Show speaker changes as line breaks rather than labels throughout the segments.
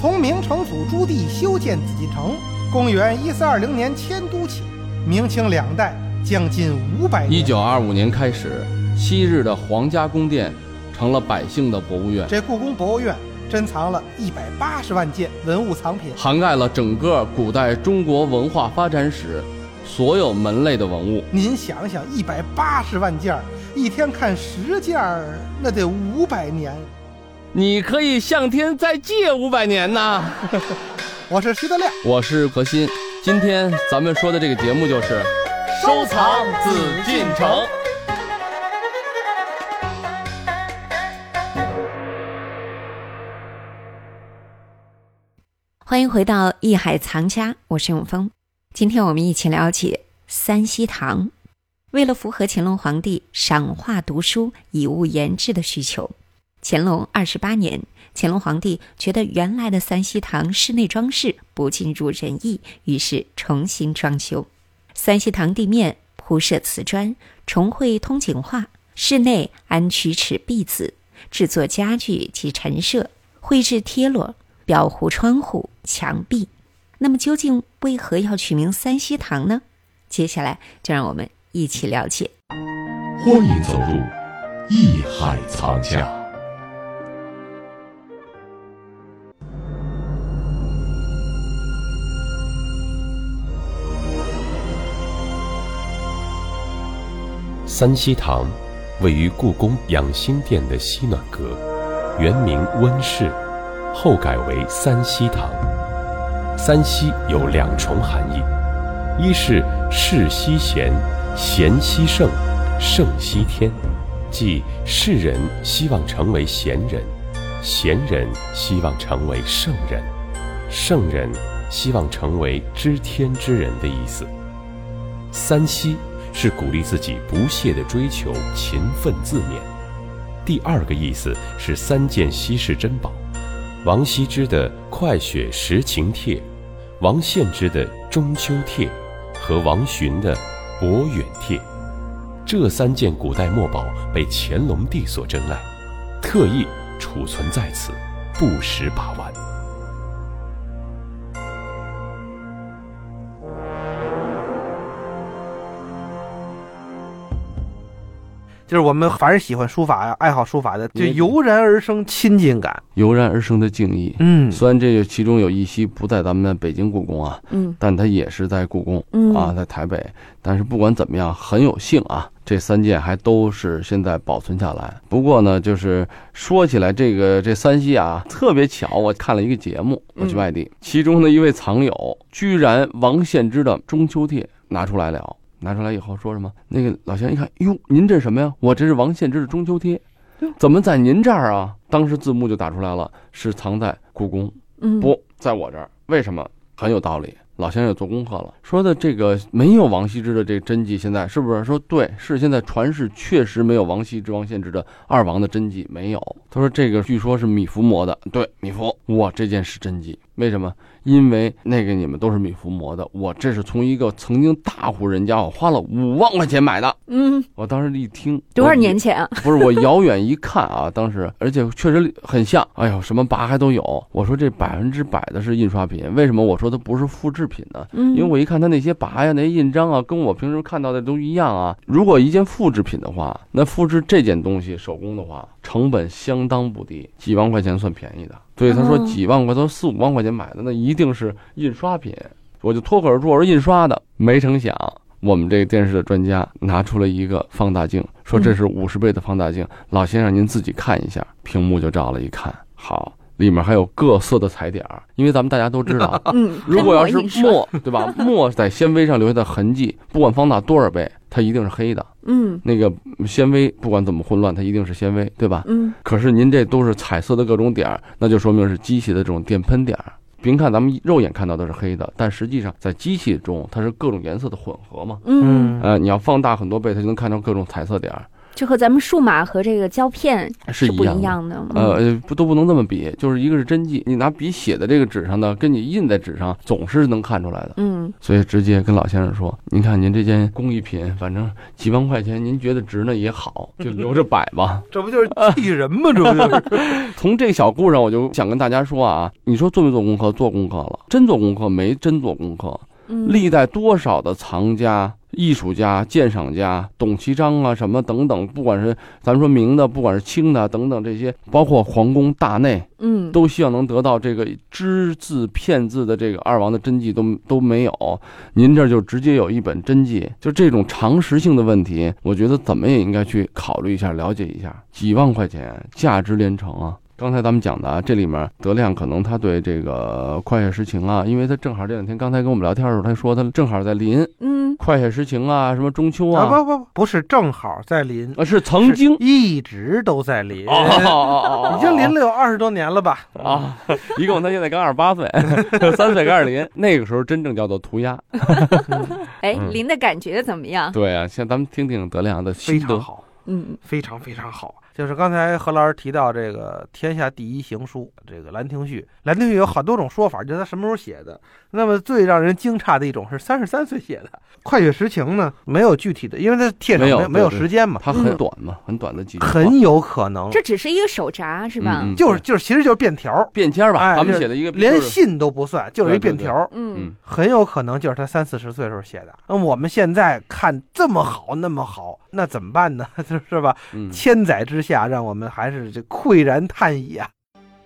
从明成祖朱棣修建紫禁城，公元一四二零年迁都起，明清两代将近五百
一
年。
九二五年开始，昔日的皇家宫殿成了百姓的博物院，
这故宫博物院珍藏了一百八十万件文物藏品，
涵盖了整个古代中国文化发展史所有门类的文物。
您想想，一百八十万件儿，一天看十件儿，那得五百年。
你可以向天再借五百年呐！
我是徐德亮，
我是何鑫，今天咱们说的这个节目就是
收藏紫禁城。
欢迎回到《艺海藏家》，我是永峰。今天我们一起了解三希堂。为了符合乾隆皇帝赏画读书、以物研制的需求，乾隆二十八年，乾隆皇帝觉得原来的三希堂室内装饰不尽如人意，于是重新装修。三希堂地面铺设瓷砖，重绘通景画；室内安曲尺壁子，制作家具及陈设，绘制贴落，裱糊窗户、墙壁。那么，究竟为何要取名三希堂呢？接下来就让我们一起了解。
欢迎走入艺海藏家。三希堂位于故宫养心殿的西暖阁，原名温室，后改为三希堂。三希有两重含义，一是世惜贤，贤惜圣，圣惜天，即世人希望成为贤人，贤人希望成为圣人，圣人希望成为知天之人的意思。三惜是鼓励自己不懈地追求，勤奋自勉。第二个意思是三件稀世珍宝：王羲之的《快雪时晴帖》，王献之的《中秋帖》和王洵的《博远帖》。这三件古代墨宝被乾隆帝所珍爱，特意储存在此，不时把玩。
就是我们凡是喜欢书法呀、爱好书法的，就
也
油然而生亲近感。
油然而生的敬意。
嗯
虽然这个其中有一期不在咱们北京故宫啊，
嗯
但它也是在故宫
嗯
啊，在台北。但是不管怎么样，很有幸啊，这三件还都是现在保存下来。不过呢，就是说起来这个这三希啊，特别巧，我看了一个节目，我去外地，其中的一位藏友居然王献之的《中秋帖》拿出来了。拿出来以后说什么？那个老先生一看，哟，您这是什么呀？我这是王献之的《中秋帖》，怎么在您这儿啊？当时字幕就打出来了，是藏在故宫。
嗯，
不在我这儿，为什么？很有道理。老先生也做功课了，说的这个没有王羲之的这个真迹，现在是不是说对？是现在传世确实没有王羲之、王献之的二王的真迹，没有。他说这个据说是米芾磨的，对，米芾，我这件是真迹，为什么？因为那个你们都是米芾磨的，我这是从一个曾经大户人家，我花了五万块钱买的。
嗯，
我当时一听，
多少
我
年前啊？
不是我遥远一看啊，当时而且确实很像，哎呦，什么拔还都有。我说这百分之百的是印刷品，为什么我说它不是复制品呢？
嗯，
因为我一看它那些拔呀、那些印章啊，跟我平时看到的都一样啊。如果一件复制品的话，那复制这件东西手工的话，成本相当不低，几万块钱算便宜的。所以他说
哦
几万块都四五万块钱买的，那一定是印刷品。我就脱口而出我说印刷的，没成想我们这个电视的专家拿出了一个放大镜，说
嗯
这是五十倍的放大镜，老先生您自己看一下，屏幕就照了一看，好。里面还有各色的彩点儿，因为咱们大家都知道，啊
嗯，
如果要是
跟我印刷，
墨，对吧？墨在纤维上留下的痕迹，不管放大多少倍，它一定是黑的。
嗯
那个纤维不管怎么混乱，它一定是纤维，对吧？
嗯
可是您这都是彩色的各种点儿，那就说明是机器的这种电喷点儿。别看咱们肉眼看到的是黑的，但实际上在机器中它是各种颜色的混合嘛。
嗯，
呃，你要放大很多倍，它就能看到各种彩色点儿。
就和咱们数码和这个胶片
是一
不
样
一
的。
样的。嗯
呃，不都不能这么比，就是一个是真迹，你拿笔写的这个纸上的，跟你印在纸上总是能看出来的。
嗯，
所以直接跟老先生说：“您看您这件工艺品，反正几万块钱，您觉得值呢也好，就留着摆吧。
这不就是气人吗？这不就是？”
从这个小故事上，我就想跟大家说啊，你说做没做功课？做功课了，真做功课没？真做功课。
嗯
历代多少的藏家、艺术家、鉴赏家，董其章啊，什么等等，不管是咱们说明的，不管是清的等等这些，包括皇宫大内，
嗯
都希望能得到这个只字片字的这个二王的真迹都都没有，您这儿就直接有一本真迹，就这种常识性的问题，我觉得怎么也应该去考虑一下、了解一下。几万块钱，价值连城啊！刚才咱们讲的啊，这里面德亮可能他对这个《快雪时晴》啊，因为他正好这两天刚才跟我们聊天的时候，他说他正好在临《
嗯
快雪时晴》啊，什么中秋
啊
啊，
不不不，不是正好在临，
啊是曾经
是一直都在临，
哦哦哦哦，
已经临了有二十多年了吧？
啊，一共他现在刚二十八岁，三岁跟二零，那个时候真正叫做涂鸦。
哎，
嗯
林的感觉怎么样？
对啊，像咱们听听德亮的
非
心
常
得，
好，
嗯
非常非常好。就是刚才何老师提到这个“天下第一行书”，这个《兰亭序》，《兰亭序》有很多种说法，就是他什么时候写的。那么最让人惊诧的一种是三十三岁写的，《快雪时晴》呢没有具体的，因为它帖上
没有
没没有
对对
时间嘛，嗯
它很短嘛，很短的几句话，
很有可能
这只是一个手札是吧？
嗯嗯
就是就是其实就是便条儿，
便签儿吧，
哎
咱们
就是
写的一个
连
就是
信都不算，就是一
对对
便
对
条儿。
嗯
嗯
很有可能就是他三四十岁时候写的。那我们现在看这么好那么好，那怎么办呢？ 就是吧？
嗯，
千载之下，让我们还是这喟然叹矣啊！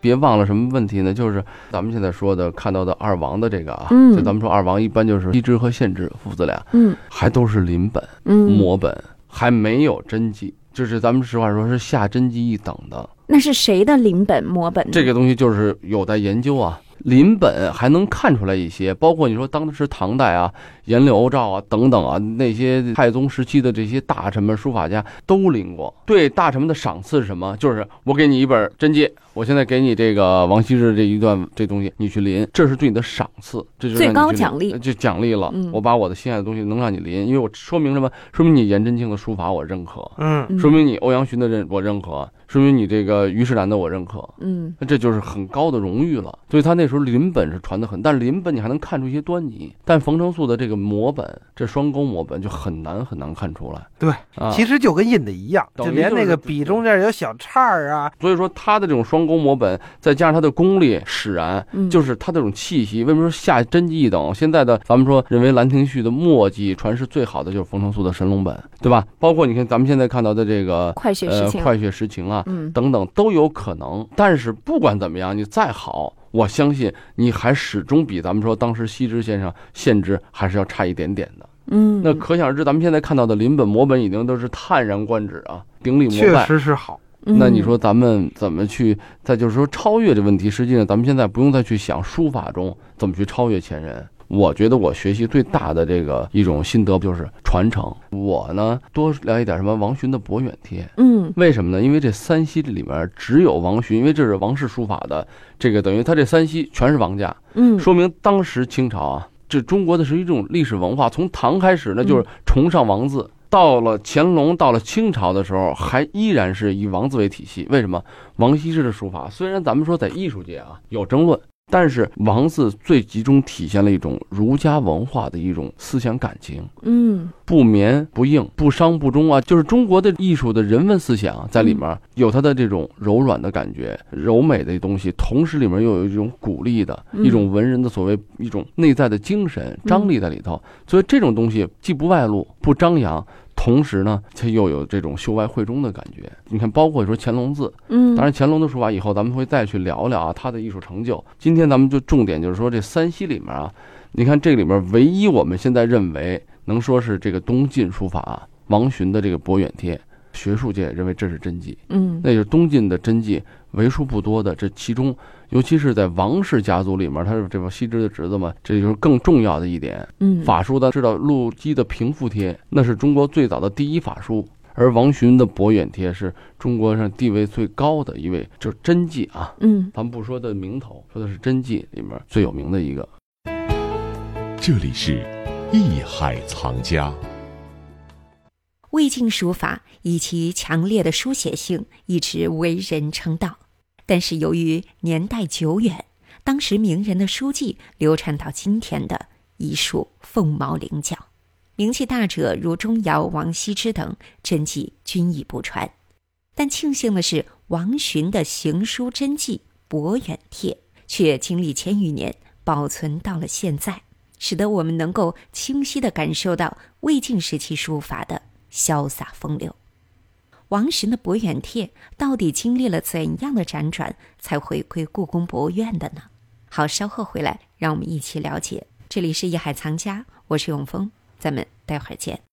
别忘了什么问题呢？就是咱们现在说的看到的二王的这个啊，
嗯
就咱们说二王一般就是一支和县志父子俩，
嗯
还都是临本
嗯，
摹本，还没有真迹。就是咱们实话说，是下真迹一等的，
那是谁的临本摹本呢？
这个东西就是有待研究啊。临本还能看出来一些，包括你说当时唐代啊、颜柳赵啊等等啊，那些太宗时期的这些大臣们、书法家都临过。对大臣们的赏赐是什么？就是我给你一本真迹，我现在给你这个王羲之这一段这东西，你去临，这是对你的赏赐，这就是
最
让你
高
去临
奖励
呃就奖励了。
嗯
我把我的心爱的东西能让你临，因为我说明什么？说明你颜真卿的书法我认可，
嗯，
嗯
说明你欧阳询的认我认可，说明你这个虞世南的我认可。
嗯
那这就是很高的荣誉了。所以他那时候临本是传的很，但临本你还能看出一些端倪。但冯承素的这个摹本，这双钩摹本就很难很难看出来。
对，
啊，
其实就跟印的一样，
等
就
于
连
就是
那个笔中间有小叉儿啊，
所以说他的这种双钩摹本，再加上他的功力使然，
嗯，
就是是他这种气息。为什么说下真迹一等？现在的咱们说认为《兰亭序》的墨迹传世最好的就是冯承素的神龙本，对吧？包括你看咱们现在看到的这个
快雪时
呃
晴。
快雪时晴啊，
嗯
等等都有可能。但是不管怎么样，你再好，我相信你还始终比咱们说当时西之先生限制还是要差一点点的。
嗯，
那可想而知，咱们现在看到的临本摹本已经都是叹然观止啊，顶礼膜
确
拜。
实是好。
嗯
那你说咱们怎么去？再就是说超越这问题，实际上咱们现在不用再去想书法中怎么去超越前人。我觉得我学习最大的这个一种心得就是传承。我呢多聊一点什么王勋的《博远帖》，
嗯
为什么呢？因为这三溪这里面只有王勋，因为这是王氏书法的，这个等于他这三溪全是王家，
嗯
说明当时清朝啊，这中国的是一种历史文化，从唐开始那就是崇尚王字。到了乾隆，到了清朝的时候，还依然是以王字为体系。为什么？王羲之的书法虽然咱们说在艺术界啊有争论，但是王字最集中体现了一种儒家文化的一种思想感情。
嗯
不绵不硬，不伤不中啊，就是中国的艺术的人文思想啊在里面有它的这种柔软的感觉、柔美的东西，同时里面又有一种鼓励的
嗯
一种文人的所谓一种内在的精神张力在里头，所以这种东西既不外露，不张扬。同时呢，它又有这种秀外慧中的感觉。你看，包括说乾隆字，
嗯，
当然乾隆的书法以后咱们会再去聊聊啊，他的艺术成就。今天咱们就重点就是说这三溪里面啊，你看这里面唯一我们现在认为能说是这个东晋书法、啊、王洵的这个《博远帖》，学术界认为这是真迹，
嗯
那就是东晋的真迹为数不多的。这其中，尤其是在王氏家族里面，他是这个羲之的侄子嘛，这就是更重要的一点。
嗯
法书的知道陆机的平复帖，那是中国最早的第一法书，而王洵的博远帖是中国上地位最高的一位，就是真迹啊。
嗯
咱们不说的名头，说的是真迹里面最有名的一个。
这里是《艺海藏家》。
魏晋书法以其强烈的书写性一直为人称道。但是由于年代久远，当时名人的书迹流传到今天的已属凤毛麟角，名气大者如钟繇、王羲之等真迹均已不传。但庆幸的是，王洵的行书真迹《博远帖》却经历千余年保存到了现在，使得我们能够清晰地感受到魏晋时期书法的潇洒风流。王洵的《博远帖》到底经历了怎样的辗转，才回归故宫博物院的呢？好，稍后回来，让我们一起了解。这里是《艺海藏家》，我是永峰，咱们待会儿见。